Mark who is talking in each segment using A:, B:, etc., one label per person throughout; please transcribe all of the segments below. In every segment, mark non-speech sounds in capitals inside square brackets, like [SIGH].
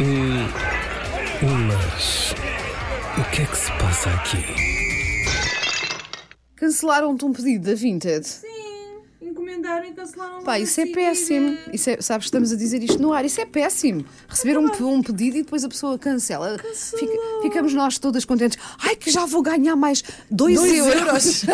A: Hum, mas o que é que se passa aqui?
B: Cancelaram-te um pedido da Vinted.
C: Sim, assim, encomendaram e cancelaram
B: Pá,
C: logo
B: isso é
C: a seguir.
B: péssimo. Isso é- sabes, estamos a dizer isto no ar. Isso é péssimo. Receber um, pe- um pedido e depois a pessoa cancela. Fica- ficamos nós todas contentes. Ai, que já vou ganhar mais 2
C: Dois
B: euros.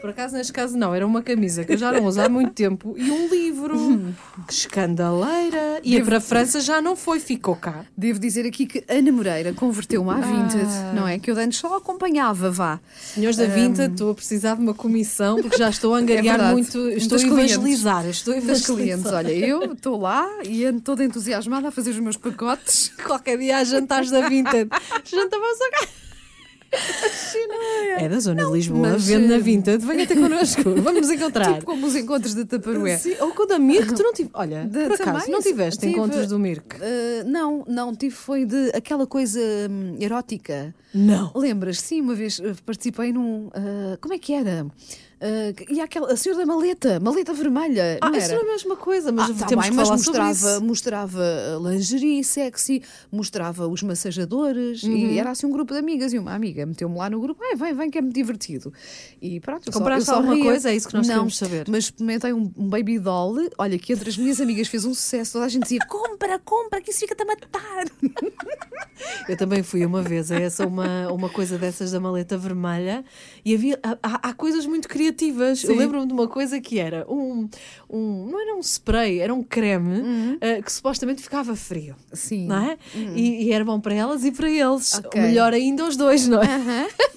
C: Por acaso, neste caso, não. Era uma camisa que eu já não uso há muito tempo e
B: [LAUGHS]
C: um livro. que escandaleira. E a para a França já não foi, ficou cá.
B: [LAUGHS] Devo dizer aqui que Ana Moreira converteu-me à
C: Ah.
B: Vinted, não é? Que eu de antes só acompanhava, vá.
C: Senhores da Vinta, estou a precisar de uma comissão porque já estou a angariar
B: É verdade.
C: É
B: Então
C: muito. Estou
B: Muitas
C: a evangelizar. Estou a
B: Das
C: evangelizar.
B: clientes, olha, eu estou lá e ando toda entusiasmada a fazer os meus pacotes.
C: Qualquer dia há jantares da
B: [LAUGHS]
C: Vinta. Janta vamos a cá. É da zona de Lisboa,
B: mas,
C: vendo
B: eh,
C: na Vinta. Venha
B: [LAUGHS]
C: até connosco. Vamos nos encontrar.
B: Tipo como os encontros da Taparué.
C: Sim, ou com o da Mirk, tu não tiveste. Olha,
B: De-
C: por acaso,
B: também,
C: não tiveste
B: tive-
C: encontros do Mirk?
B: Ah, não, não, tive foi de aquela coisa hum, erótica.
C: Não.
B: Lembras? Sim, uma vez eh, participei num. ah, como é que era? Ah, que- e aquela. A senhora da maleta, maleta vermelha.
C: Ah,
B: não
C: isso
B: era?
C: não é a mesma coisa, mas
B: Ah, tá
C: temos
B: bem,
C: que
B: mas
C: falar sobre
B: mostrava,
C: isso.
B: mostrava ah, lingerie sexy, mostrava os massajadores
C: Uhum.
B: e era assim um grupo de amigas e uma amiga meteu-me lá no grupo, ai, vem, vem que é muito divertido. E pronto, eu só-
C: Compraste
B: eu só
C: alguma
B: ria.
C: coisa? É isso que nós
B: Não,
C: queremos saber.
B: Mas experimentei um, um baby doll, olha, que entre as minhas amigas fez um sucesso, toda a gente dizia, compra, compra, que isso fica-te a matar.
C: Eu também fui uma vez a essa, uma, uma coisa dessas da maleta vermelha, e havia. há- Há, há coisas muito criativas. Eu lembro-me de uma coisa que era um, um. Não era um spray, era um creme
B: Uhum.
C: eh, que supostamente ficava frio.
B: Sim.
C: Não é? E, e era bom para elas e para eles.
B: Uhum. Ok.
C: Melhor ainda os dois, não é? [LAUGHS]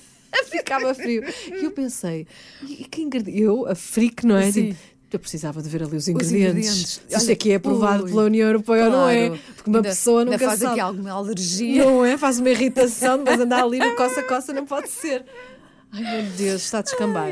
C: Ficava frio. E eu pensei, e, e que ingrediente? Eu, a freak, não é?
B: Sim.
C: Tipo, eu precisava de ver ali os ingredientes.
B: ingredientes.
C: Se isto
B: Olha,
C: aqui é aprovado
B: ui,
C: pela União Europeia ou não é?
B: Claro.
C: Porque uma
B: Ainda-
C: pessoa
B: ainda
C: nunca
B: faz
C: sabe.
B: aqui alguma alergia.
C: Não é? Faz uma irritação, mas andar ali no coça-coça não pode ser. Ai meu Deus, está a descambar.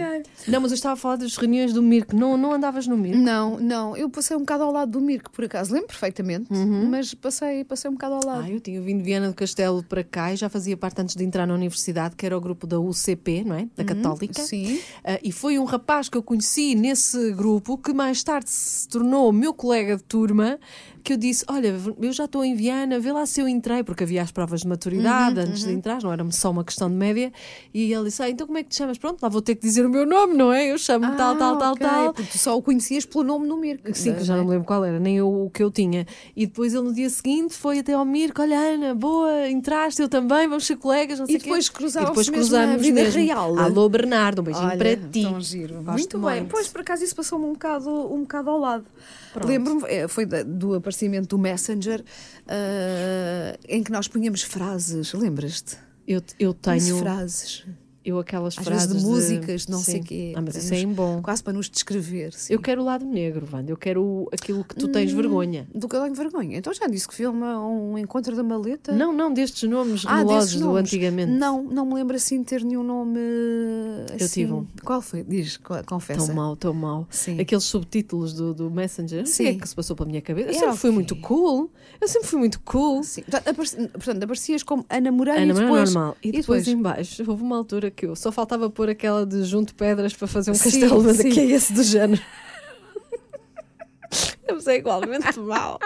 C: Não, mas eu estava a falar das reuniões do Mirko. Não, não andavas no Mirko?
B: Não, não, eu passei um bocado ao lado do Mirko, por acaso, lembro perfeitamente, mas passei, passei um bocado ao lado.
C: Ah, eu tinha vindo de Viana do Castelo para cá e já fazia parte antes de entrar na universidade, que era o grupo da UCP, não é? Da Católica.
B: sim.
C: Ah, e foi um rapaz que eu conheci nesse grupo que mais tarde se tornou meu colega de turma. Que eu disse: Olha, eu já estou em Viana, vê lá se eu entrei, porque havia as provas de maturidade
B: Uhum,
C: antes de entrar, não era só uma questão de média. E ele disse: Ah, então como é que te chamas? Pronto, lá vou ter que dizer o meu nome, não é? Eu chamo-me tal, tal, tal,
B: Ah, ok,
C: tal.
B: Porque tu só o conhecias pelo nome no Mirko. é?
C: Sim, que já não me lembro qual era, nem eu, o que eu tinha. E depois ele no dia seguinte foi até ao Mirko, olha Ana, boa, entraste, eu também, vamos ser colegas, não sei o quê.
B: depois cruzaram-se
C: E depois
B: mesmo na
C: cruzámos
B: vida real.
C: Alô Bernardo, um beijinho
B: Olha,
C: para ti.
B: tão giro.
C: Gosto
B: Muito bem.
C: muito.
B: Pois, por acaso, isso passou-me um bocado, um bocado ao lado. Lembro-me, eh, foi da- do aparecimento do Messenger, ah, em que nós punhamos frases, lembras-te?
C: Eu, eu
B: Punhamos
C: tenho
B: frases,
C: eu aquelas
B: às
C: frases
B: vezes de músicas, de não sei
C: Sim.
B: o quê.
C: Ah, mas
B: para
C: isso é
B: nos-
C: em bom.
B: Quase para nos descrever. sim. Hum,
C: Eu quero o lado negro, Wanda, eu quero o- aquilo que tu tens vergonha.
B: Do que eu tenho vergonha. Então já disse que filma um encontro da maleta.
C: Não, não, destes nomes
B: Ah, desses
C: relógios do
B: nomes.
C: antigamente.
B: Não, não me lembro assim de ter nenhum nome. Assim.
C: tive um.
B: Qual foi? Diz, co-
C: Tão
B: confessa.
C: mau, tão mau.
B: Sim.
C: Aqueles subtítulos do, do Messenger. Não sei o que
B: Sim.
C: é que se passou pela minha cabeça. Eu
B: Era
C: sempre fui
B: ok.
C: muito cool. Eu sempre fui muito cool.
B: Sim. Portanto, apareci- portanto, aparecias como Ana Moreira
C: Ana
B: e
C: Maria
B: depois.
C: normal. E depois, embaixo, houve uma altura que eu só faltava pôr aquela de junto pedras para fazer um
B: Sim,
C: castelo, mas
B: sim.
C: aqui é esse do género. Eu sei
B: [LAUGHS]
C: igualmente mal.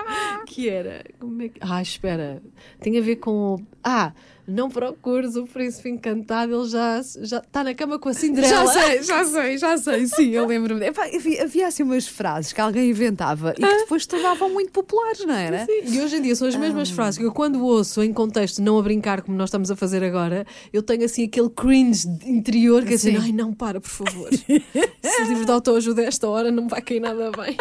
C: Que era. Como é que. Ah, espera. Tinha a ver com. o- Ah, não procures o príncipe encantado, ele já está na cama com a Cinderela.
B: Já sei, já sei, já sei, sim, eu [LAUGHS] lembro-me. Epá, Havia, havia assim umas frases que alguém inventava e que depois se tornavam muito populares, não era?
C: Ah. Sim, E hoje em dia são as mesmas
B: Ah.
C: frases que eu, quando ouço em contexto, não a brincar como nós estamos a fazer agora, eu tenho assim aquele cringe interior que é assim:
B: Sim.
C: ai não, para,
B: [LAUGHS]
C: por favor. Se o livro de autoajuda a esta hora não vai cair nada bem.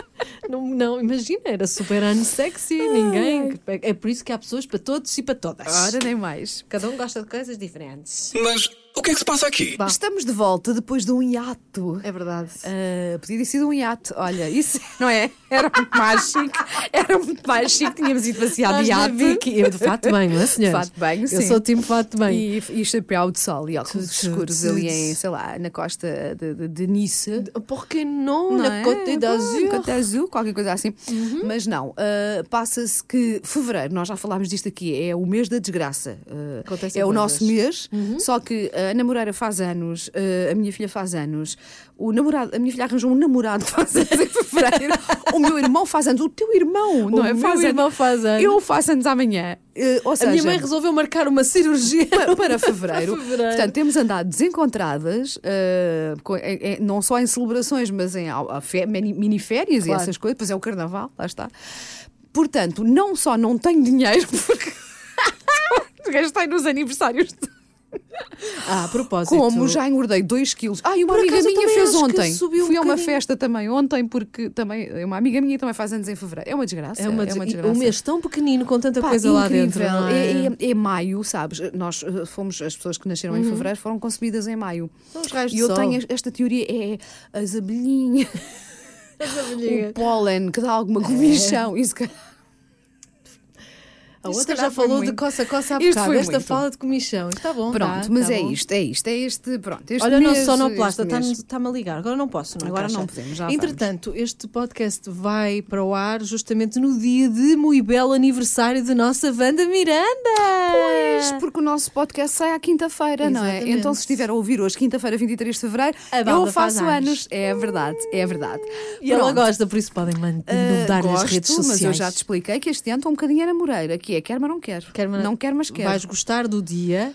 C: Não, não imagina, era super unsexy, ninguém. É por isso que há pessoas para todos e para todas.
B: Ora, nem mais.
C: Cada um gosta de coisas diferentes.
A: Mas o que é que se passa aqui?
B: Pá. Estamos de volta depois de um hiato.
C: É verdade.
B: Ah, podia ter sido um hiato, olha, isso [LAUGHS] não é? Era muito mais chique, era muito mais chique, tínhamos ido passear de
C: Nós na
B: hiato.
C: Vicky- Eu de fato bem,
B: [LAUGHS]
C: não é, senhora?
B: Fato de banho,
C: Eu
B: sim.
C: sou tipo fato bem.
B: E, e chapéu de sol e óculos
C: Tudo,
B: escuros
C: tudo,
B: ali
C: tudo.
B: em, sei lá, na costa de, de, de Nice.
C: Porque não,
B: Não
C: na
B: é?
C: Côte d'Azur?
B: Côte d'Azur, qualquer coisa assim.
C: Uhum.
B: Mas não, ah, passa-se que fevereiro, nós já falámos disto aqui, é o mês da desgraça. Ah,
C: Acontecem
B: é o
C: coisas.
B: nosso mês, só que ah, a Ana Moreira faz anos, eh, a minha filha faz anos, o namorado, a minha filha arranjou um namorado [LAUGHS] que faz anos em fevereiro, o meu irmão faz anos, o teu irmão, não é?
C: meu
B: Faz anos.
C: irmão faz anos.
B: Eu faço anos amanhã. Eh, ou
C: A
B: seja,
C: minha mãe resolveu marcar uma cirurgia
B: para, para fevereiro.
C: [LAUGHS] Para fevereiro.
B: Portanto, temos andado desencontradas, ah, co- em- em- não só em celebrações, mas em au- a fe- mini- miniférias
C: Claro.
B: e essas coisas, pois é o carnaval, lá está. Portanto, não só não tenho dinheiro, [LAUGHS] porque gastei nos aniversários de
C: Ah, a propósito.
B: como já engordei 2 quilos. Ah, e uma
C: Por
B: amiga
C: acaso, eu
B: minha
C: também
B: fez
C: acho que
B: ontem. Fui
C: subiu um
B: a uma
C: bocadinho.
B: festa também ontem, porque também uma amiga minha também faz anos em fevereiro. É uma desgraça.
C: É uma, e
B: desgraça.
C: Um mês tão pequenino com tanta
B: Pá,
C: coisa lá dentro.
B: incrível.
C: não é?
B: É, é- é maio, sabes? Nós eh, fomos, as pessoas que nasceram em fevereiro foram concebidas em maio.
C: Uhum. São os raios
B: E
C: de
B: eu
C: sol.
B: tenho es- esta teoria: é as abelhinhas, o pólen que dá alguma
C: É.
B: comichão. Isso que...
C: A
B: Isso se
C: outra
B: calhar
C: já
B: foi
C: falou de
B: muito.
C: coça-coça à
B: Isto
C: bocado.
B: foi
C: Esta
B: muito.
C: fala de comichão. Está bom.
B: Pronto,
C: tá,
B: mas
C: tá
B: é
C: bom.
B: isto, é isto, é este. Pronto, este
C: Olha, o nosso
B: mês,
C: sonoplasta
B: este mês.
C: está-me a ligar. Agora não posso, não é,
B: Agora
C: Caixa?
B: não podemos, já
C: Entretanto, este podcast vai para o ar justamente no dia de muito belo aniversário da nossa Wanda Miranda.
B: Pois, porque o nosso podcast sai à quinta-feira, não é?
C: Exatamente.
B: Então, se estiver a ouvir hoje, quinta-feira, 23 de fevereiro,
C: A
B: eu
C: Balda faz
B: faço
C: anos.
B: anos. É verdade, é verdade.
C: E ela
B: Pronto.
C: gosta, por isso podem
B: Ah,
C: mandar nas
B: gosto,
C: redes sociais.
B: Mas eu já te expliquei que este ano estou um bocadinho a Moreira, que é quer, mas não quer.
C: Quer, mas-
B: Não quer, mas quer.
C: Vais gostar do dia,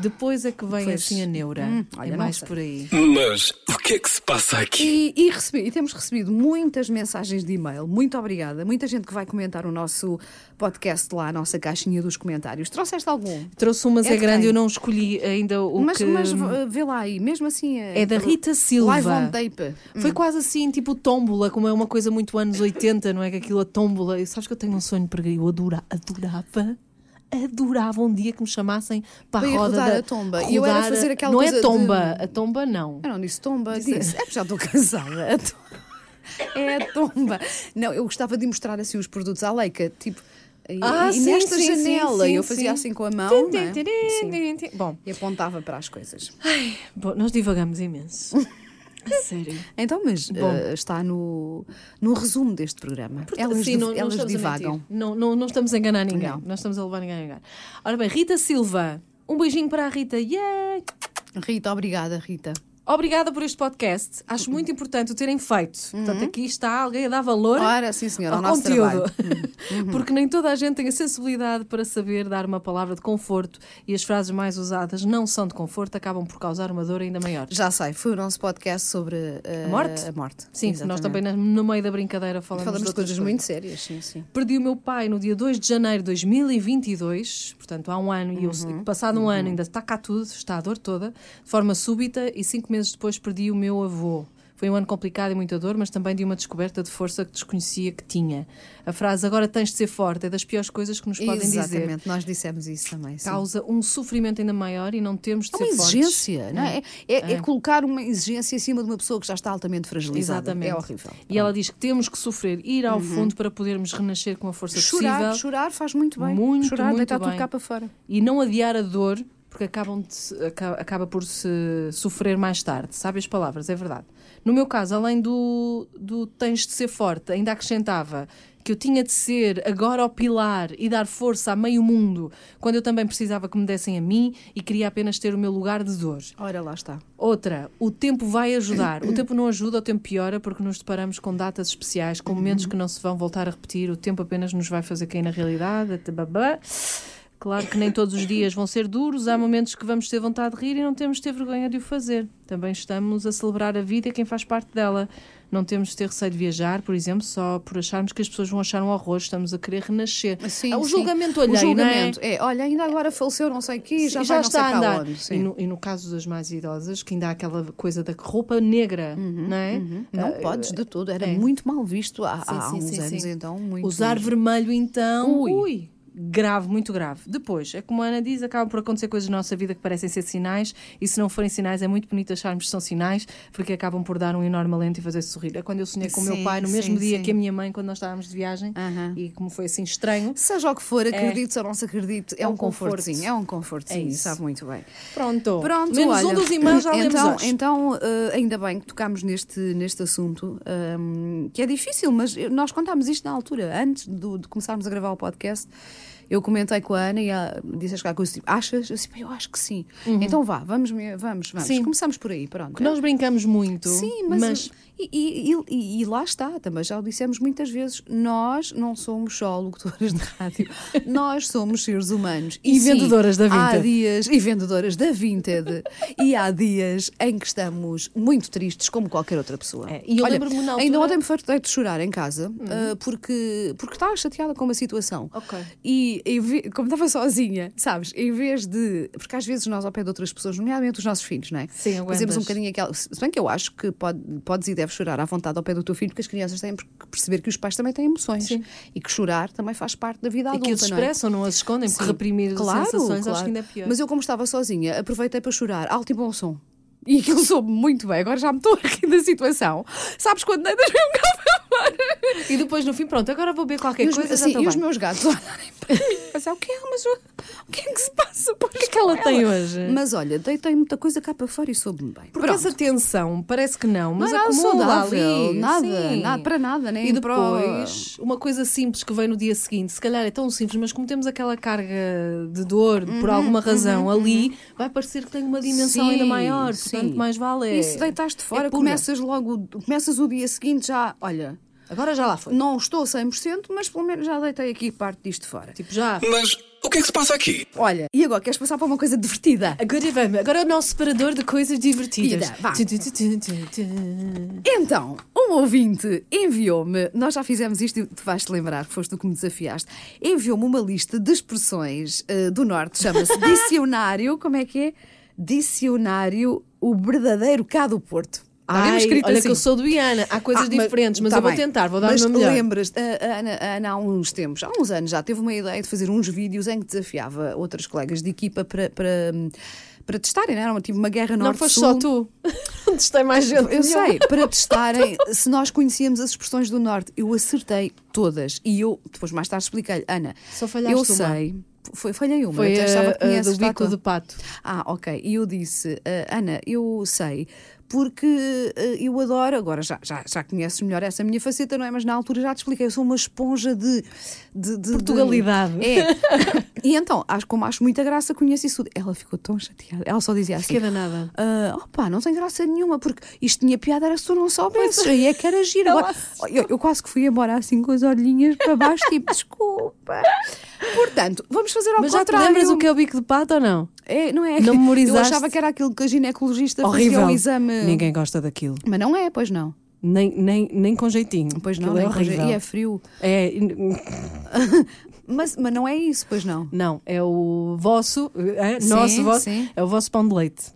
C: depois é que vem
B: Pois.
C: assim a neura.
B: Hum, olha,
C: é
B: não
C: mais
B: sei.
C: por aí.
A: Mas o que é que se passa aqui?
B: E, e recebi- e temos recebido muitas mensagens de e-mail. Muito obrigada. Muita gente que vai comentar o nosso podcast lá, a nossa caixinha dos comentários. Trouxeste algum?
C: Trouxe umas
B: É de
C: é grande,
B: quem?
C: eu não escolhi ainda o
B: mas,
C: que...
B: mas, uh, vê lá aí, mesmo assim.
C: É da Rita Silva.
B: Live on tape.
C: Foi quase assim, tipo tómbola, como é uma coisa muito anos 80, não é? Que aquilo a tómbola. E sabes que eu tenho um sonho para eu adora, adorava. Adorava um dia que me chamassem para,
B: Para ir
C: a roda
B: rodar
C: da-
B: a tomba. E eu era
C: rodar a-
B: fazer aquela
C: Não é
B: coisa de-
C: tomba, a tomba não.
B: Eu não disse tomba, disse. É, já estou [LAUGHS] cansada. É a to- É a tomba. Não, eu gostava de mostrar assim os produtos à Leica, tipo. E,
C: Ah,
B: e
C: sim,
B: nesta
C: sim,
B: janela,
C: sim,
B: eu
C: sim,
B: fazia
C: sim.
B: assim com a mão
C: Tim,
B: não é?
C: tim, tim,
B: Sim.
C: tim, tim. Bom,
B: e apontava para as coisas.
C: bom, nós
B: [LAUGHS]
C: divagamos imenso. A sério.
B: Então, mas eh, está no, no resumo deste programa. elas
C: Sim,
B: div-
C: não- não
B: elas
C: estamos a
B: divagam.
C: mentir. Não, não, não estamos a enganar ninguém.
B: Não.
C: Não estamos a levar ninguém a enganar. Ora bem, Rita Silva. Um beijinho para a Rita. Yeah!
B: Rita, obrigada, Rita.
C: Obrigada por este podcast. Acho muito importante o terem feito. Portanto, aqui está alguém a dar valor
B: Uhum. Ora, sim, senhora,
C: ao
B: ao nosso
C: conteúdo. [LAUGHS]
B: trabalho. Uhum.
C: Porque nem toda a gente tem a sensibilidade para saber dar uma palavra de conforto e as frases mais usadas não são de conforto, acabam por causar uma dor ainda maior.
B: Já sei, foi o nosso podcast sobre eh,
C: A morte?
B: A morte.
C: Sim, nós
B: Exatamente.
C: também na- no meio da brincadeira falamos,
B: falamos
C: de
B: de
C: outras
B: coisas muito sérias, sim, sim.
C: Perdi o meu pai no dia 2 de janeiro de 2022, portanto há um ano, e
B: Uhum.
C: eu, passado um ano ainda está cá tudo, está a dor toda, de forma súbita, e cinco meses depois perdi o meu avô. Foi um ano complicado e muita dor, mas também de uma descoberta de força que desconhecia que tinha. A frase agora tens de ser forte é das piores coisas que nos podem dizer.
B: Exatamente, nós dissemos isso também. sim.
C: Causa um sofrimento ainda maior e não temos de
B: É
C: ser
B: uma
C: fortes.
B: exigência, não é? É, é- é colocar uma exigência acima de uma pessoa que já está altamente fragilizada.
C: Exatamente.
B: É horrível. Uhum.
C: E ela diz que temos que sofrer, ir ao fundo para podermos renascer com a força
B: Chorar,
C: possível.
B: chorar faz muito bem.
C: Muito,
B: chorar,
C: muito
B: deitar
C: bem.
B: tudo cá para fora.
C: e não adiar a dor porque acabam de se- aca- acaba por se sofrer mais tarde, sabe as palavras, é verdade. No meu caso, além do, do tens de ser forte, ainda acrescentava que eu tinha de ser agora o pilar e dar força a meio mundo, quando eu também precisava que me dessem a mim e queria apenas ter o meu lugar de dor.
B: Ora, lá está.
C: Outra, o tempo vai ajudar. O tempo não ajuda, o tempo piora, porque nos deparamos com datas especiais, com momentos que não se vão voltar a repetir. O tempo apenas nos vai fazer cair na realidade. até blá, blá. Claro que nem todos os dias vão ser duros. Há momentos que vamos ter vontade de rir e não temos de ter vergonha de o fazer. Também estamos a celebrar a vida e quem faz parte dela. Não temos de ter receio de viajar, por exemplo, só por acharmos que as pessoas vão achar um horror. Estamos a querer renascer.
B: Sim,
C: Ah, o
B: sim.
C: julgamento
B: O
C: olhei,
B: julgamento, é? olha, ainda agora faleceu não sei o quê, já,
C: Sim,
B: vai não
C: está
B: sei
C: a
B: para
C: andar.
B: onde, sim.
C: E, no, e no caso das mais idosas, que ainda há aquela coisa da roupa negra,
B: Uhum,
C: não é?
B: Não
C: Ah,
B: podes de tudo, era
C: é.
B: muito mal visto há, há
C: sim,
B: uns
C: sim,
B: anos,
C: sim.
B: então muito.
C: Usar
B: mesmo.
C: vermelho, então. Ui.
B: Ui.
C: Grave, muito grave. Depois, é como a Ana diz, acabam por acontecer coisas na nossa vida que parecem ser sinais, e se não forem sinais, é muito bonito acharmos que são sinais, porque acabam por dar um enorme alento e fazer sorrir. É quando eu sonhei com o meu
B: Sim,
C: pai no
B: sim,
C: mesmo dia
B: sim.
C: que a minha mãe, quando nós estávamos de viagem,
B: Aham.
C: e como foi assim estranho.
B: Seja o que for, acredito ou não se acredite, é,
C: É um
B: um confortozinho,
C: conforto.
B: é um confortozinho,
C: É isso.
B: sabe muito bem.
C: Pronto.
B: Pronto,
C: Menos
B: olha,
C: um dos irmãos já lemos
B: [LAUGHS] então,
C: hoje.
B: então eh, ainda bem que tocámos neste, neste assunto, ehm, que é difícil, mas eu- nós contámos isto na altura, antes do- de começarmos a gravar o podcast. Eu comentei com a Ana e ela disse as coisas tipo, achas? Eu disse, "Pá, eu acho que sim. Então vá, vamos, me- vamos, vamos.
C: Uhum. Sim.
B: Começamos por aí, pronto.
C: Que nós brincamos muito.
B: Sim, mas. E, e- e- e- e lá está, também já o dissemos muitas vezes, nós não somos só locutoras de
C: [LAUGHS]
B: rádio, nós somos seres humanos.
C: E
B: sim,
C: vendedoras da
B: Há
C: Vinted.
B: dias, e vendedoras da Vinted, e há dias em que estamos muito tristes, como qualquer outra pessoa.
C: É, e eu
B: Olha,
C: lembro-me na
B: Ainda
C: altura- Uhum.
B: ontem me fartei de chorar em casa, ah, porque, porque estava chateada com uma situação.
C: Ok.
B: E em ve- como estava sozinha, sabes, em vez de. Porque às vezes nós, ao pé de outras pessoas, nomeadamente os nossos filhos, não é?
C: Sim,
B: Fazemos
C: aguentas.
B: um bocadinho aquela. Se se bem que eu acho que pode- podes e deves chorar à vontade ao pé do teu filho, porque as crianças têm que perceber que os pais também têm emoções.
C: Sim.
B: E que chorar também faz parte da vida
C: E
B: adulta.
C: que eles
B: não é?
C: expressam, não as escondem, porque
B: Sim.
C: reprimir
B: Claro,
C: sensações acho
B: claro.
C: que ainda é pior.
B: Mas eu, como estava sozinha, aproveitei para chorar alto e bom som. E aquilo soube muito bem, agora já me estou a rir da situação. Sabes quando nem das mesmo
C: E depois no fim, pronto, agora vou beber qualquer
B: E os,
C: coisa.
B: me-
C: já
B: sim,
C: estou
B: e os
C: bem.
B: meus gatos olharem para mim e pensar, o que é? Mas o, o que é que se passa? O
C: que é que ela tem hoje?
B: Mas olha, deitei muita coisa cá para fora e soube-me bem.
C: Porque
B: Pronto.
C: essa tensão parece que não, mas
B: Não é nada
C: acumula
B: saudável,
C: ali.
B: nada,
C: Sim.
B: nada, para nada, nem
C: E
B: para-
C: depois, uma coisa simples que vem no dia seguinte, se calhar é tão simples, mas como temos aquela carga de dor por alguma razão ali, vai parecer que tem uma dimensão ainda
B: Sim,
C: maior,
B: sim.
C: portanto mais vale é-
B: E se deitaste fora,
C: é pura.
B: começas logo, começas o dia seguinte já, olha,
C: Agora já lá foi.
B: não estou 100%, mas pelo menos já deitei aqui parte disto fora.
C: Tipo, já.
A: Mas o que é que se passa aqui?
B: Olha, e agora queres passar para uma coisa divertida?
C: Agora vamos, agora é o nosso separador de coisas divertidas.
B: Ida, vá.
C: Tu, tu, tu, tu, tu, tu.
B: Então, um ouvinte enviou-me, nós já fizemos isto e tu vais-te lembrar, foste tu que me desafiaste, enviou-me uma lista de expressões eh, do Norte,
C: [LAUGHS]
B: chama-se Dicionário, como é que é? Dicionário, o verdadeiro cá do Porto. Está mesmo
C: Ai,
B: escrito
C: olha
B: assim.
C: que eu sou doiana, há coisas
B: Ah,
C: diferentes, mas
B: tá
C: eu vou
B: bem.
C: tentar, vou dar
B: Mas
C: o meu melhor.
B: lembras, a, a Ana, a Ana há uns tempos, há uns anos já, teve uma ideia de fazer uns vídeos em que desafiava outras colegas de equipa para, para, para testarem, não era? Tipo uma guerra
C: Não
B: norte-sul.
C: foste só tu. [LAUGHS] Testei mais gente. um-
B: Eu sei, para
C: [LAUGHS]
B: testarem se nós conhecíamos as expressões do Norte. Eu acertei todas e eu, depois mais tarde, expliquei-lhe, Ana,
C: Só falhaste
B: eu
C: uma.
B: sei. Foi, falhei uma,
C: Foi
B: eu até achava que tinha
C: a, a do
B: acertado
C: bico
B: todas.
C: de pato.
B: Ah, ok. E eu disse, "Ah, Ana, eu sei, porque ah, eu adoro, agora já, já, já conheces melhor essa minha faceta, não é? Mas na altura já te expliquei, eu sou uma esponja de. de, de- de-
C: Portugalidade.
B: É. e então, acho, como acho muita graça, conheço isso tudo. Ela ficou tão chateada. Ela só dizia assim.
C: Fiquei danada.
B: "Ah, opa, não tem graça nenhuma, porque isto tinha piada, era se tu não soubesses. Aí é que era giro.
C: Ela
B: Agora, eu, eu quase que fui embora assim com as orelhinhas para baixo, tipo, desculpa. Portanto, vamos fazer ao
C: Mas já te
B: contrário.
C: lembras o que é o bico de pato ou não?
B: É, não é?
C: Não memorizaste?
B: Eu achava que era aquilo que a ginecologista
C: Horrível.
B: fazia um exame.
C: Ninguém gosta daquilo.
B: Mas não é, pois não.
C: Nem, nem, nem com jeitinho.
B: Pois não,
C: Aquilo é
B: nem conge-
C: horrível.
B: E é frio.
C: É,
B: Mas, mas não é isso, pois não.
C: não, é o vosso, é,
B: Sim,
C: nosso, vosso,
B: sim.
C: é o vosso pão de leite.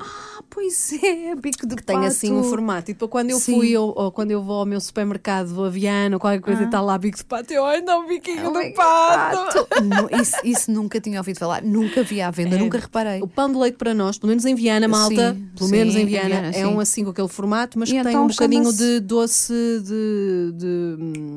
B: Ah, pois é, bico de que
C: Tem assim um formato. E depois quando eu
B: Sim.
C: fui, ou, ou quando eu vou ao meu supermercado, vou a Viana, ou qualquer coisa e está lá bico de pato, eu, ai não, biquinho do um pato.
B: é? Isso, isso nunca tinha ouvido falar, nunca vi à venda,
C: É.
B: nunca reparei.
C: O pão de leite para nós, pelo menos em Viana, malta,
B: Sim,
C: pelo
B: sim,
C: menos em
B: em
C: Viana,
B: Viana,
C: é
B: sim.
C: um assim com aquele formato, mas
B: E
C: que tem
B: então
C: um bocadinho
B: chama-se-
C: de doce de, de, hum,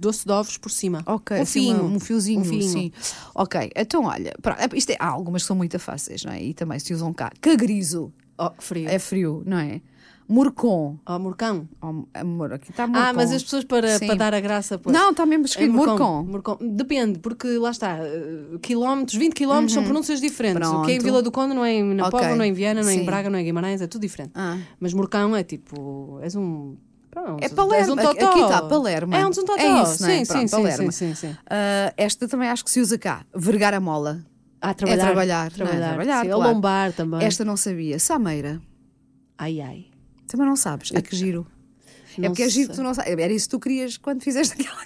C: doce de ovos por cima.
B: Ok,
C: um
B: assim,
C: fio,
B: um, um fiozinho,
C: um fio.
B: sim. Ok, então olha, pronto, isto é, há algumas que são muito fáceis, não é? E também se usam cá. Cagrizo
C: Oh, frio.
B: é frio, não é? Morcon,
C: Oh, morcão.
B: oh, amor, aqui está morcon.
C: Ah, mas as pessoas para,
B: Sim.
C: para dar a graça. Pois.
B: Não, está mesmo
C: É
B: escrito morcon.
C: Morcão. Depende, porque lá está, eh, quilómetros, 20 quilómetros são pronúncias diferentes. O que é em
B: Uhum. Pronto.
C: Vila do Conde não é em, na
B: Ok.
C: Póvoa, não é em Viana, não é em
B: Sim.
C: Braga, não é em Guimarães, é tudo diferente.
B: Ah.
C: Mas Morcão é tipo, és um. pronto,
B: É Palermo.
C: és um totó.
B: Aqui está Palermo.
C: É um totó.
B: É isso, não é?
C: sim,
B: Pronto,
C: sim, sim,
B: Palermo.
C: sim, sim, sim.
B: Ah, esta também acho que se usa cá. Vergar a mola.
C: Ah, trabalhar.
B: é trabalhar. não é?
C: trabalhar.
B: trabalhar
C: sim,
B: claro.
C: O lombar também.
B: Esta não sabia. Sameira.
C: Ai, ai.
B: Também não sabes. É que giro. é
C: Não
B: porque é giro que
C: sei.
B: tu não sabes. Era isso que tu querias quando fizeste aquela.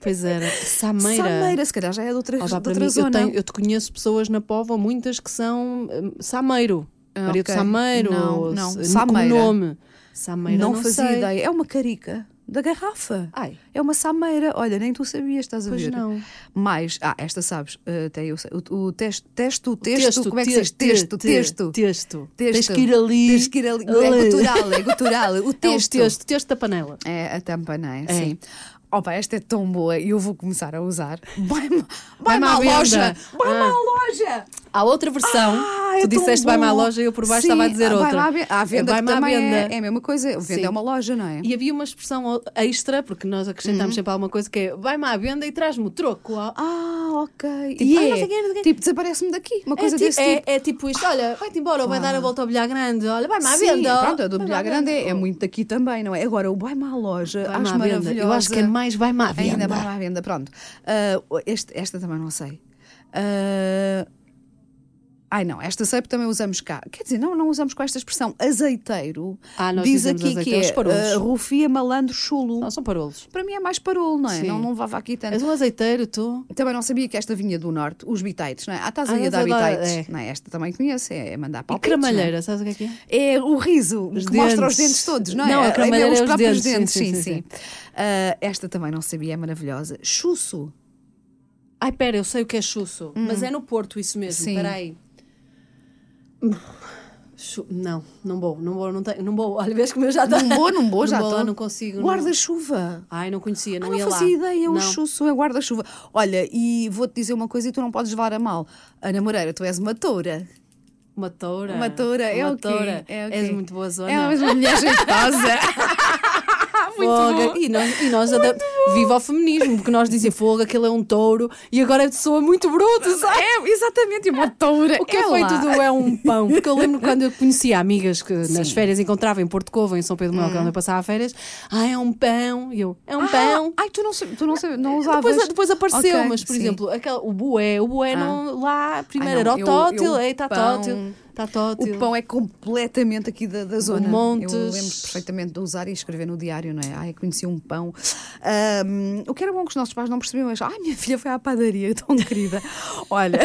C: Pois era. Sameira.
B: Sameira, se calhar já é de outra,
C: Olha,
B: de
C: para
B: outra
C: mim, eu,
B: zona.
C: tenho- eu te conheço pessoas na Póvoa, muitas que são hum, Sameiro.
B: Ah,
C: Maria do
B: ok.
C: Sameiro.
B: Não,
C: ou
B: não.
C: se-
B: Sameira.
C: Com nome. Sameira.
B: não,
C: Não,
B: fazia
C: sei.
B: ideia. É uma carica da garrafa.
C: Ai.
B: É uma sameira. Olha, nem tu sabias, estás a
C: Pois
B: ver?
C: não.
B: Mas, ah, esta sabes. ah, até eu sei. O, o texto, texto, texto, Como é que se diz?
C: te-
B: Texto,
C: te-
B: texto.
C: Texto. Tens
B: Texto.
C: que ir ali.
B: Tens que ir ali. É cultural, é cultural. O
C: [LAUGHS] É o
B: texto.
C: texto. Texto da panela.
B: É, a tampa, não é?
C: É.
B: Sim. Opa, esta é tão boa e eu vou começar a usar. Vai-me
C: Vai-me
B: vai-me
C: à
B: à
C: venda.
B: loja! Vai-me
C: Ah.
B: à loja!
C: Há outra versão.
B: Ah, Ah, é
C: tu
B: tão
C: disseste
B: bom.
C: vai-me à loja e eu por baixo
B: Sim,
C: estava a dizer
B: ah,
C: outra.
B: Vai-me à, ve- à venda,
C: É,
B: que
C: vai-me à
B: também é-
C: venda.
B: É, a mesma coisa. Venda
C: Sim.
B: é uma loja, não é?
C: E havia uma expressão extra, porque nós acrescentámos
B: Uhum.
C: sempre alguma coisa que é vai-me à venda e traz-me o troco. Ah,
B: Ah, ok.
C: Tipo,
B: e
C: "Ah,
B: é,
C: não sei quem, não sei quem."
B: tipo, desaparece-me daqui. Uma
C: É,
B: coisa
C: ti-
B: desse
C: é-
B: tipo.
C: é tipo isto: olha, vai-te embora, ou vai dar a volta ao bilhar grande, olha, vai-me à
B: Sim,
C: venda.
B: pronto, a do
C: vai-me à
B: Milhar Grande
C: venda.
B: é, é muito daqui também, não é? Agora, o vai-me à loja,
C: Vai-me
B: acho
C: à venda.
B: maravilhoso.
C: Eu acho que é mais vai-me à venda.
B: Ainda vai-me à venda, pronto. Ah, este- esta também não sei. Ah, ai não, esta sei porque também usamos cá. Quer dizer, não, não usamos com esta expressão. Azeiteiro
C: Ah, nós
B: diz
C: dizemos
B: aqui que
C: azeiteiro, os parolos.
B: é ah, Rufia Malandro Chulo.
C: Não, são parolos.
B: Para mim é mais parolo, não é?
C: Sim.
B: Não, não levava aqui tanto.
C: És um azeiteiro, tu.
B: Também não sabia que esta vinha do norte, os bitaites, não é? Ah, estás
C: Ah,
B: aí a dar
C: eu adoro,
B: bitaites. Não é? Esta também conheço, é mandar
C: E
B: palpites. não é?
C: cramalheira, sabes o que é que é?
B: É o riso
C: Os
B: que mostra os
C: dentes.
B: dentes todos, não é?
C: Não, a
B: É,
C: cramalheira
B: os
C: é os
B: próprios
C: dentes, sim, sim, sim,
B: Ah, esta também não sabia, é maravilhosa. Chusso.
C: Ai, pera, eu sei o que é chusso, mas é no Porto isso mesmo,
B: Sim.
C: peraí. Chu- Não, não vou, não vou, não tenho, não vou. Olha, vês como eu já
B: Não vou, não vou, já
C: Não vou,
B: estou.
C: não consigo, não.
B: Guarda-chuva.
C: Ai, não conhecia,
B: Ah,
C: não,
B: não
C: ia lá.
B: fazia ideia, o
C: Não.
B: chusso é guarda-chuva. Olha, e vou-te dizer uma coisa e tu não podes levar a mal. Ana Moreira, tu és uma toura.
C: Uma toura.
B: Uma toura, é o quê?
C: Ah, toura.
B: É o quê?
C: És muito boa zona.
B: É Tá uma mulher jeitosa.
C: [LAUGHS] Foga. E nós, e
B: Tá
C: nós adap- Viva o feminismo, porque nós dizia fogo, aquele é um touro, e agora soa muito bruto, sabe?
B: é, exatamente, e uma toura.
C: O que é, feito
B: lá.
C: do é um pão? Porque eu lembro quando eu conhecia amigas que nas férias encontrava em Porto Covo, em São Pedro Manuel, que é onde eu passava férias. Ah, é um pão. E eu, é um
B: Uhum. Ah,
C: pão.
B: Ai, tu não, sa- tu não, sa- não usavas.
C: Depois, depois apareceu,
B: Ok,
C: mas por
B: sim.
C: exemplo, aquela, o bué, o bué não, lá, primeiro
B: Ai,
C: era
B: não,
C: o
B: eu-
C: tótil,
B: eu-
C: é, está
B: pão-
C: tótil, está
B: O
C: tótil.
B: pão é completamente aqui da, da zona.
C: Montes.
B: Eu lembro perfeitamente de usar e escrever no diário, não é? Ai, conheci um pão. Ahm, o que era bom que os nossos pais não percebiam mas, Ai, minha filha foi à padaria, [LAUGHS] tão querida. Olha.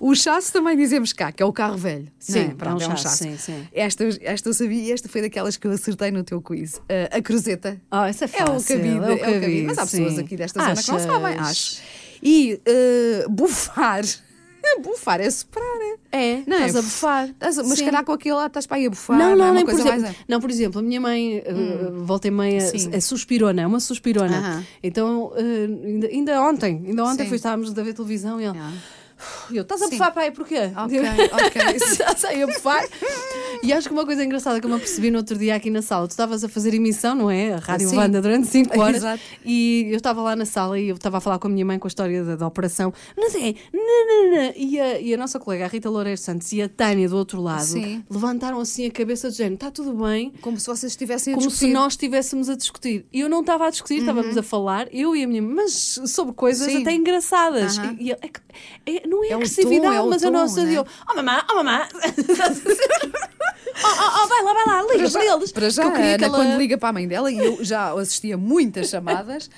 B: O chasse também dizemos cá, que é o carro velho. não
C: Sim,
B: é? Pronto,
C: é um
B: é um
C: chasse,
B: chasse.
C: sim, sim.
B: Esta, esta eu sabia e esta foi daquelas que eu acertei no teu quiz. Ah, a cruzeta.
C: Ah, essa é
B: É o
C: fácil,
B: cabide, é o cabide. Mas há pessoas
C: sim.
B: aqui desta zona que não
C: Achas?
B: sabem, acho. E eh, bufar. [LAUGHS] bufar é soprar, é?
C: [LAUGHS] É,
B: Não,
C: estás
B: é-
C: a bufar.
B: Estás a- mas se
C: Sim.
B: calhar com aquilo lá estás para aí a bufar.
C: não,
B: é
C: não,
B: uma
C: nem por
B: coisa
C: exemplo.
B: mais a-
C: Não, por exemplo, a minha mãe, eh, volta e meia,
B: Sim.
C: é suspirona, é uma suspirona.
B: Aham.
C: Então, eh, ainda, ainda ontem, ainda ontem
B: Sim.
C: fui, estávamos a ver televisão e ela.
B: Ah.
C: "Uf", Eu, estás a bufar para aí porquê?
B: Ok,
C: [LAUGHS]
B: ok. sim.
C: Já sei a bufar. E acho que uma coisa engraçada que eu me apercebi no outro dia aqui na sala, tu estavas a fazer emissão, não é? A Rádio
B: Sim.
C: Vanda durante [LAUGHS] 5 horas.
B: Exato.
C: E eu estava lá na sala e eu estava a falar com a minha mãe com a história da, da operação. é, Não sei, não, não, não. E, a, e a nossa colega, a Rita Loureiro Santos e a Tânia do outro lado,
B: Sim.
C: levantaram assim a cabeça do género: está tudo bem.
B: Como se vocês estivessem a
C: Como
B: discutir.
C: se nós estivéssemos a discutir. E eu não estava a discutir, estávamos a falar, eu e a minha mãe, mas sobre coisas
B: Uhum. Sim.
C: até engraçadas.
B: Aham.
C: E- e ele- é que- é- não é,
B: É o
C: agressividade,
B: tom, é o
C: mas a
B: tom,
C: nossa.
B: né?
C: Eu, oh mamá, oh mamá. [LAUGHS] oh, oh, oh, vai lá, vai lá, liga para, eles.
B: Para já,
C: que eu queria
B: Ana,
C: aquela-
B: quando liga para a mãe dela, e eu já assistia
C: [LAUGHS]
B: muitas chamadas,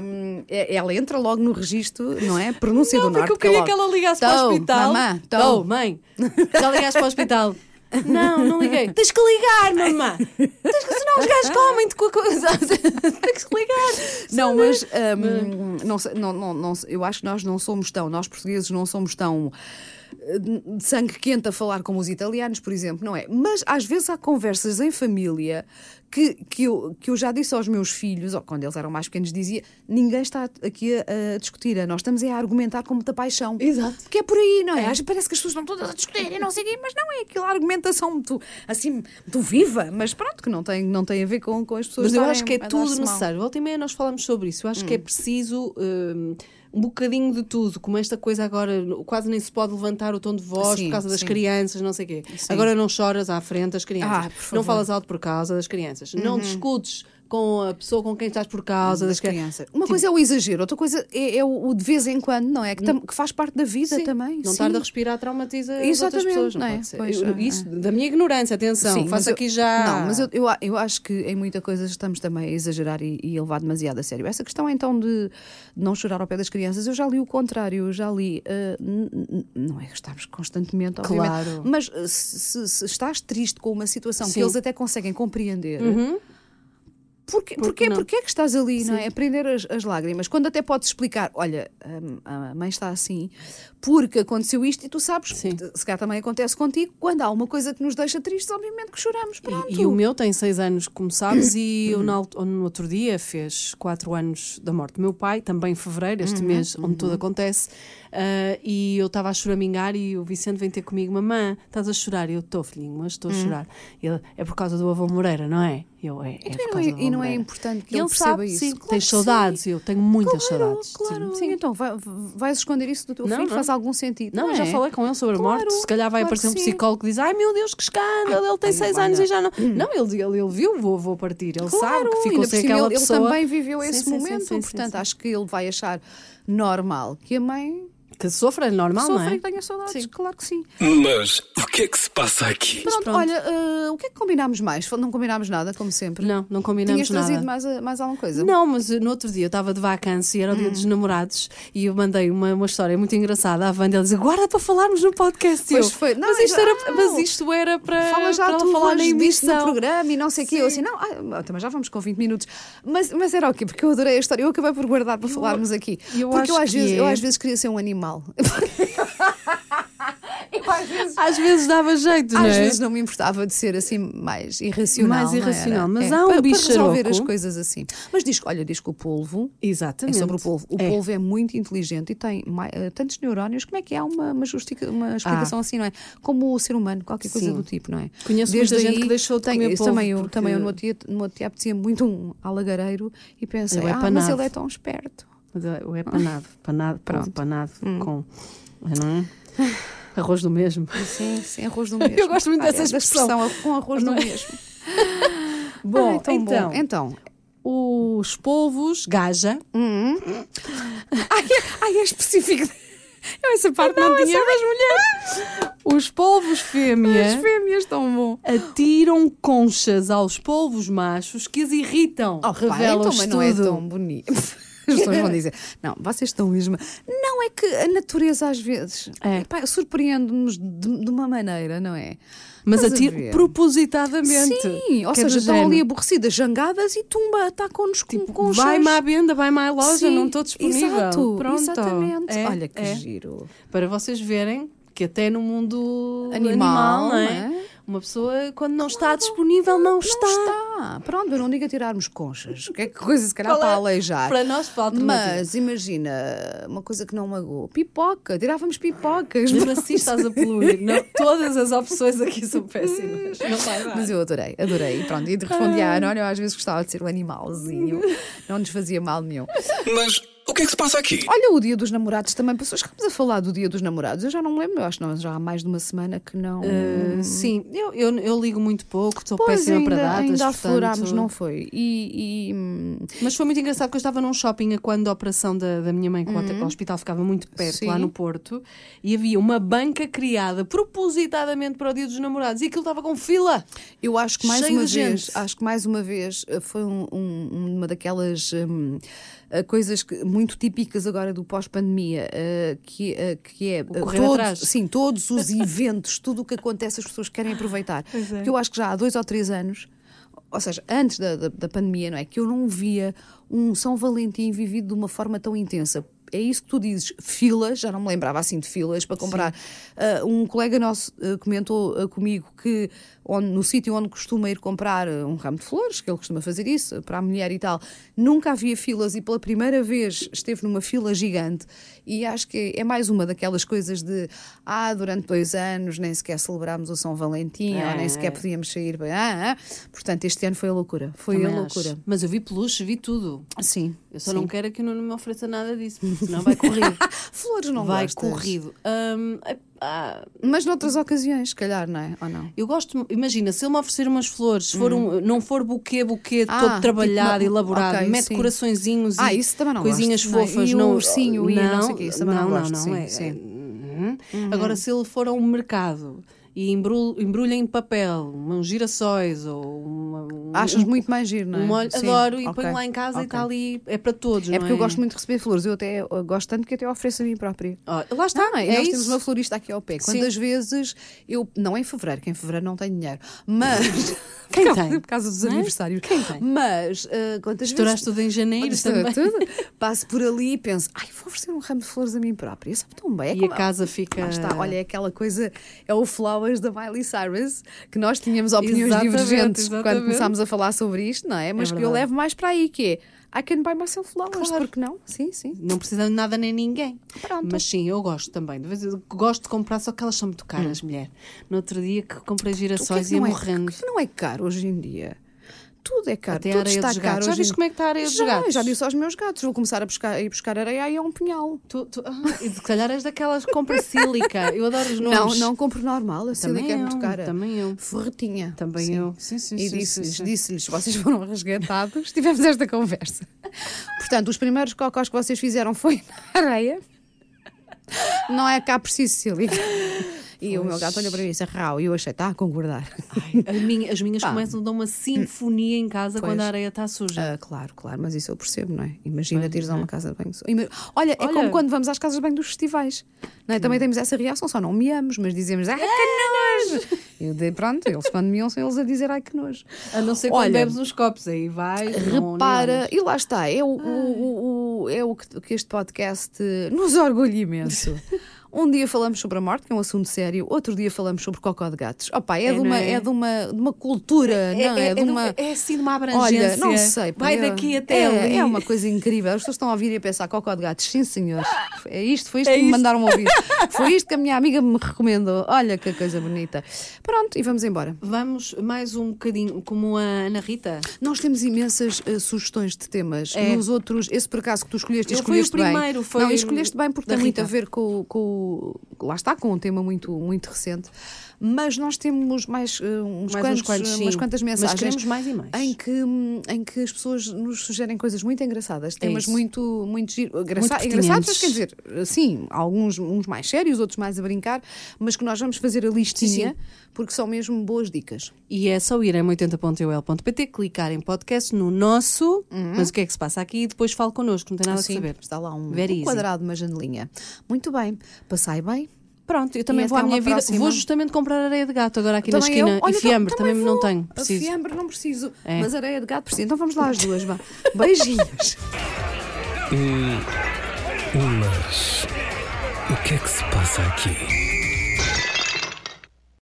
B: hum, é- ela entra logo no registro, não é? Pronúncia
C: Não,
B: do norte.
C: porque eu queria
B: logo,
C: que ela ligasse para o
B: "Tô,
C: hospital.
B: Mamã, tô."
C: Tô, mãe, já ligaste para o hospital. Não,
B: [LAUGHS]
C: não liguei. Tens que ligar, mamã. Tens que, senão os gajos comem-te com a coisa. [LAUGHS] Tens que ligar.
B: Não, mas
C: né?
B: hum, não, sei- não, não, não, sei, eu acho que nós não somos tão, nós portugueses não somos tão eh, de sangue quente a falar como os italianos, por exemplo, não é? Mas às vezes há conversas em família que, que, eu, que eu já disse aos meus filhos, ou quando eles eram mais pequenos, dizia: ninguém está aqui a, a discutir, nós estamos é a argumentar com muita paixão.
C: Exato.
B: Porque é por aí, não é? Às vezes parece que as pessoas estão todas a discutir e não sei o quê, mas não é aquela argumentação muito, assim, muito viva, mas pronto, que não tem, não tem a ver com, com as pessoas
C: Mas eu
B: estarem
C: acho que é
B: a dar-se
C: tudo
B: mal.
C: necessário. Volta e meia nós falamos sobre isso. Eu acho que é preciso hum, um bocadinho de tudo. Como esta coisa agora quase nem se pode levantar o tom de voz
B: Sim,
C: por causa das
B: sim.
C: crianças, não sei o quê. Agora não choras à frente das crianças.
B: Ah, por favor. Uhum.
C: não falas alto por causa das crianças. Não discutes com a pessoa com quem estás por causa das,
B: das
C: crianças. Tipo
B: crianças. Uma coisa é o exagero, outra coisa é, é o o de vez em quando, não é? Que, tam- que faz parte da vida
C: Hum. Sim.
B: também.
C: Não
B: sim.
C: tarda a respirar, traumatiza as outras
B: Exatamente,
C: pessoas. Não
B: não é?
C: pode ser.
B: Pois,
C: Eu-
B: é,
C: isso da minha ignorância, atenção.
B: Sim, mas
C: faço
B: eu-
C: aqui já.
B: Não, mas eu, eu, a- eu acho que em muita coisa estamos também a exagerar e, e a levar demasiado a sério. Essa questão então de não chorar ao pé das crianças, eu já li o contrário, eu já li. ah, n- n- não é que estamos constantemente, obviamente.
C: Claro.
B: Mas ah, se, se- se estás triste com uma situação
C: Sim. Uhum.
B: que eles até conseguem compreender. Porquê,
C: Porque
B: porquê,
C: não?
B: porquê que estás ali, não é? Aprender as, as lágrimas. Quando até podes explicar, olha, hum, a, a mãe está assim, porque aconteceu isto e tu sabes,
C: Sim.
B: se calhar também acontece contigo, quando há uma coisa que nos deixa tristes, obviamente que choramos, pronto.
C: E, e o meu tem seis anos, como
B: [COUGHS]
C: sabes, e eu na alt- no outro dia fez quatro anos da morte do meu pai, também em fevereiro,
B: Uhum,
C: este mês, onde tudo acontece. ah, e eu estava a choramingar e o Vicente vem ter comigo, mamã, estás a chorar? E eu estou, filhinho, mas estou a
B: Hum.
C: chorar. E ele, é por causa do avô Moreira, não é? E Eu, é, é
B: E
C: por
B: não é-
C: causa do avô
B: e não é
C: Moreira."
B: importante que
C: E
B: ele perceba
C: sabe,
B: isso.
C: Sim,
B: Claro
C: tem
B: que sim.
C: saudades, eu tenho muitas
B: Claro,
C: saudades. tipo,
B: claro.
C: Sim.
B: Então vai- vais esconder isso do teu
C: Não,
B: filho?
C: não.
B: Faz algum sentido?
C: Não, eu já
B: é?
C: falei com ele sobre a
B: Claro,
C: morte. Se calhar vai
B: claro
C: aparecer um
B: que sim.
C: psicólogo que diz: Ai meu Deus, que escândalo, ele tem
B: Ai,
C: seis
B: olha.
C: anos e já não. Não, ele, ele, ele viu, vou, vou partir. Ele sabe
B: Claro,
C: que ficou
B: ainda por
C: sem
B: cima
C: aquela
B: ele, ele
C: pessoa.
B: também viveu
C: Sim,
B: esse
C: sim, sim,
B: momento,
C: sim, sim,
B: portanto
C: sim.
B: acho que ele vai achar normal que a mãe
C: Que sofra, é normal,
B: sofra
C: não
B: e
C: é?
B: tenha saudades.
C: Sim.
B: Claro que sim.
A: Mas o que é que se passa aqui?
B: Pronto,
C: pronto.
B: olha, ah, o que é que combinámos mais? Não combinámos nada, como sempre.
C: Não, não
B: Tinhas
C: combinamos
B: trazido
C: nada.
B: mais, ah, mais alguma coisa?
C: Não, mas eh, no outro dia eu estava de vacância e era o dia dos namorados e eu mandei uma, uma história muito engraçada à Wanda. Ela dizia: Guarda para falarmos no podcast. E
B: Pois
C: eu,
B: foi. Não,
C: mas, isto era,
B: não.
C: mas isto era para,
B: Fala já
C: para ela
B: tu
C: falar na
B: hoje disto no
C: emissão.
B: programa e não sei o quê. Eu assim, não, ah, também já vamos com 20 minutos. Mas, mas era o quê? Porque eu adorei a história. Eu acabei por guardar para falarmos aqui.
C: eu
B: Porque eu
C: acho
B: às,
C: que
B: vezes, eu
C: é.
B: às vezes queria ser um animal. [LAUGHS] eu às vezes...
C: Às vezes dava jeito, não é?
B: Às vezes não me importava de ser assim mais irracional.
C: Mais
B: não era?
C: irracional, mas
B: É,
C: há um
B: para-
C: bicharoco.
B: Para resolver as coisas assim. Mas diz, olha, diz que o polvo é
C: Exatamente.
B: sobre o polvo. O
C: É.
B: polvo é muito inteligente e tem mai- eh, tantos neurónios. Como é que há uma, uma, justica- uma explicação assim, não é? Como o ser humano, qualquer coisa
C: Ah. Sim.
B: do tipo, não é?
C: Conheço muita gente que deixou de
B: tenho-
C: comer
B: isso
C: polvo
B: Também eu,
C: porque-
B: também eu no outro dia, no outro dia apetecia muito um alagareiro e pensei,
C: Ele é
B: ah, mas
C: panado."
B: ele é tão esperto.
C: Mas é- é panado, [LAUGHS] panado, pronto, panado
B: Hum.
C: com. Não
B: [LAUGHS]
C: é? Arroz do mesmo.
B: Sim, sim, arroz do mesmo.
C: [LAUGHS] Eu gosto muito
B: Olha,
C: dessa
B: da
C: expressão.
B: é
C: é?
B: com arroz
C: [LAUGHS]
B: do mesmo.
C: Bom,
B: Ai, tão
C: então.
B: bom. Então,
C: Os polvos, gaja.
B: Ai, é específico.
C: [LAUGHS]
B: Eu essa parte não, tinha.
C: das mulheres.
B: Hum.
C: Os polvos
B: As
C: fêmea
B: fêmeas tão bom.
C: atiram conchas aos polvos machos que as irritam.
B: Oh, pá, então,
C: Revela-os
B: mas
C: tudo.
B: não é tão bonito. [LAUGHS] As pessoas vão dizer, não, vocês estão mesmo. Não é que a natureza às vezes
C: É.
B: epá, surpreende-nos de, de uma maneira, não é?
C: Mas
B: Estás a
C: atiram
B: ver?
C: propositadamente.
B: Sim, ou
C: Que é do
B: seja, estão ali
C: género. Tipo,
B: aborrecidas, jangadas e tumba, atacam-nos com, com os
C: Vai-me à
B: seus-
C: venda, vai-me à loja,
B: Sim,
C: não estou disponível.
B: Exato,
C: Pronto.
B: exatamente.
C: É,
B: Olha que
C: é.
B: giro.
C: para vocês verem que até no mundo
B: Animal,
C: animal, não é?
B: não é?
C: uma pessoa quando não está disponível não, está.
B: Não está. Pronto, eu não digo a tirarmos conchas. Que é que coisa se calhar
C: Qual
B: para
C: é?
B: aleijar.
C: Para nós, para a alternativa.
B: Mas imagina, uma coisa que não magoou. Pipoca, tirávamos pipocas.
C: Mesmo assim estás a poluir. Não, todas as opções aqui são péssimas. Não vai
B: [LAUGHS]
C: dar.
B: Mas eu adorei, adorei. E Pronto, e
C: Ah.
B: de respondi à Ana, olha, eu às vezes gostava de ser um animalzinho. Não nos fazia mal nenhum.
A: Mas o que é que se passa aqui?
B: Olha, o dia dos namorados também. Pessoas, estamos a falar do dia dos namorados. Eu já não me lembro, eu acho que não, já há mais de uma semana que não.
C: Uh, sim, eu, eu, eu ligo muito pouco, estou
B: Pois,
C: péssima para datas.
B: ainda
C: portanto-
B: aflorámos, não foi? E, e, hum,
C: Mas foi muito engraçado que eu estava num shopping a quando a operação da, da minha mãe, que o hotel- o hospital ficava muito perto,
B: Uhum. Sim.
C: lá no Porto, e havia uma banca criada propositadamente para o Dia dos Namorados e aquilo estava com fila.
B: Eu acho que mais
C: Cheio
B: uma
C: de
B: vez,
C: gente.
B: acho que mais uma vez eh, foi um- um- uma daquelas hum, eh, coisas que- muito típicas agora do pós-pandemia, eh, que, eh, que é eh,
C: correr
B: todos,
C: atrás.
B: sim, todos
C: [LAUGHS]
B: os eventos, tudo o que acontece, as pessoas querem aproveitar.
C: Pois é.
B: Porque eu acho que já há dois ou três anos. Ou seja, antes da, da, da pandemia, não é? Que eu não via um São Valentim vivido de uma forma tão intensa. É isso que tu dizes, filas, já não me lembrava assim de filas para comprar. Ah, um colega nosso ah, comentou ah, comigo que onde- no sítio onde costuma ir comprar ah, um ramo de flores, que ele costuma fazer isso ah, para a mulher e tal, nunca havia filas e pela primeira vez esteve numa fila gigante. E acho que é mais uma daquelas coisas de ah, durante dois anos nem sequer celebrámos o São Valentim, ou nem
C: É.
B: sequer podíamos sair bem. Ah, ah. Portanto, este ano foi a loucura. Foi
C: Também
B: a
C: acho.
B: loucura.
C: Mas eu vi peluche, vi tudo.
B: Sim.
C: Eu só
B: sim.
C: não quero é que o Nuno me ofereça nada disso, porque senão
B: [LAUGHS]
C: vai corrido.
B: Ah, Flores não
C: vai
B: gostas.
C: corrido. Hum, ah,
B: Mas noutras ocasiões, se calhar, não é? Ou não?
C: eu gosto, imagina, se ele me oferecer umas flores, se for um- não for buquê, buquê
B: Hum. Ah,
C: todo trabalhado,
B: tipo uma-
C: elaborado,
B: ok,
C: mete
B: sim.
C: coraçõezinhos
B: Ah,
C: e
B: isso também não
C: coisinhas
B: gosto, não é?
C: fofas,
B: E o
C: não,
B: ursinho e não sei o quê, isso também não gosto, sim, Uhum.
C: é-
B: sim.
C: Uhum. Agora, se ele for a um mercado
D: e embrulho, embrulho em papel,
C: um
D: uns girassóis ou uma, um,
B: Achas
D: um-
B: muito mais giro, não é?
D: um molho,
B: Sim,
D: adoro e
B: ok,
D: ponho lá em casa e
B: ok.
D: está ali, é para todos.
B: É
D: não
B: porque eu gosto muito de receber flores, eu até eu gosto tanto que até ofereço a mim própria.
D: Ó, lá está,
B: Está bem,
D: é
B: Ah, nós
D: isso.
B: temos uma florista aqui ao pé.
D: Sim.
B: Quantas vezes eu. Não é em fevereiro, que em fevereiro não tenho dinheiro. Mas. [LAUGHS]
C: Quem
B: por causa-
C: tem?
B: Por causa dos
C: Não é?
B: aniversários.
C: Quem tem?
B: Mas ah, quantas
C: Estouraste
B: vezes.
C: tudo em janeiro
B: Isto é
C: também.
B: tudo. Passo por ali e penso, ai, vou oferecer um ramo de flores a mim própria. Sabe tão bem. É
D: E a
B: como-
D: casa fica.
B: Lá está, olha, é aquela coisa, é o Flowers da Miley Cyrus, que nós tínhamos opiniões
D: Exatamente,
B: divergentes quando
D: exatamente.
B: começámos a falar sobre isto, não é? Mas que eu
D: verdade.
B: levo mais para aí, que é I can buy myself flowers,
D: Claro.
B: porque não? Sim, sim.
C: Não precisando de nada nem ninguém.
B: Pronto.
C: Mas sim, eu gosto também. De vez em- gosto de comprar, só que elas são muito caras, mulher. No outro dia que comprei
B: O Hum. que é que
C: girassóis e ia
B: não é-
C: morrendo.
B: o que não é caro hoje em dia? Tudo é caro,
C: Até a
B: tudo
C: areia
B: está
C: dos
B: caro
C: gatos. Já
B: hoje em
C: viste como é que está a areia dos
B: já,
C: gatos?
B: Já disse aos meus gatos, vou começar a, buscar, a ir buscar areia aí é um pinhal.
C: Tu, tu, ah, e se calhar és daquelas que compra sílica. Eu adoro os
B: Não,
C: nomes.
B: não compro normal, a
C: Também
B: sílica é
C: eu,
B: muito cara.
C: Também eu.
B: Ferretinha.
C: Também
B: Sim.
C: eu. Sim, sim,
B: E
C: sim,
B: disse-lhes,
C: sim, sim.
B: disse-lhes, vocês foram resgatados, tivemos esta conversa.
C: [LAUGHS]
B: Portanto, os primeiros cocós que vocês fizeram foi na areia. Não é cá preciso sílica. E o meu gato olhou para mim e disse, rau, e eu achei, "Tá, está a concordar.
C: Ai, a minha- as minhas começam a dar uma sinfonia em casa
B: Pois.
C: quando a areia está suja.
B: Ah, claro, claro, mas isso eu percebo, não é? Imagina teres a uma casa de banho. só- Ima- Olha, é
C: Olha.
B: como quando vamos às casas de banho dos festivais. Não é? Também temos essa reação, só não meamos, mas dizemos, ah, que nojo! Eu dei, pronto, eles quando meam são eles a dizer, ai, que nojo.
C: A não ser quando
B: Ah. Olha,
C: bebes uns copos, aí vai.
B: Repara, e lá está, é o, o- o- o- é o que, que este podcast eh, nos orgulha [LAUGHS] imenso. Um dia falamos sobre a morte, que é um assunto sério, outro dia falamos sobre cocó de gatos. Opa, é, de,
C: não
B: uma, é?
C: é?
B: de, uma, de uma cultura, não é? de uma.
C: É assim de uma abrangência.
B: Olha, não sei.
C: Vai
B: porque
C: daqui até
B: é,
C: ali.
B: É uma coisa incrível. As pessoas estão a ouvir e a pensar cocó de gatos. Sim, senhor. É isto, foi isto
C: É
B: que me
C: isto.
B: mandaram
C: [LAUGHS]
B: ouvir. Foi isto que a minha amiga me recomendou. Olha que coisa bonita. Pronto, e vamos embora.
C: Vamos mais um bocadinho, como a Ana Rita.
B: Nós temos imensas eh, sugestões de temas.
C: É.
B: Nos outros, esse por acaso que tu escolheste,
C: Eu fui o
B: escolheste
C: primeiro,
B: bem.
C: foi
B: Não, escolheste bem porque
C: da
B: tem muito a
C: Rita.
B: ver com, com lá está, com um tema muito, muito recente. Mas nós temos mais, eh, uns
C: Mais
B: quantos,
C: uns quantos,
B: eh,
C: sim.
B: umas quantas
C: Mas
B: mensagens.
C: queremos mais e mais.
B: Em que, hum, em que as pessoas nos sugerem coisas muito engraçadas, temas
C: É isso.
B: muito, muito, giro- engraça-
C: pertinentes.
B: engraçados, mas quer dizer, sim, alguns uns mais sérios, outros mais a brincar, mas que nós vamos fazer a listinha porque são mesmo boas dicas.
C: E é só ir em 80.ol.pt, clicar em podcast no nosso. Mas o que é que se passa aqui? E depois fale connosco, não tem nada
B: Uhum.
C: a
B: Ah, Sim,
C: saber.
B: Está lá um,
C: Very
B: um
C: easy.
B: quadrado, uma janelinha. Muito bem, passai bem.
C: Pronto, eu também
B: E
C: vou à
B: até uma
C: minha vida.
B: próxima.
C: Vou justamente comprar areia de gato agora aqui
B: Também
C: na esquina.
B: eu- olha,
C: e
B: tam-
C: fiambre, também, não
B: vou.
C: tenho.
B: A
C: Preciso.
B: Fiambre não preciso,
C: É.
B: mas areia de gato preciso. Então vamos lá as duas,
C: [LAUGHS]
B: vá. Beijinhos.
A: Ulas. O que é que se passa aqui?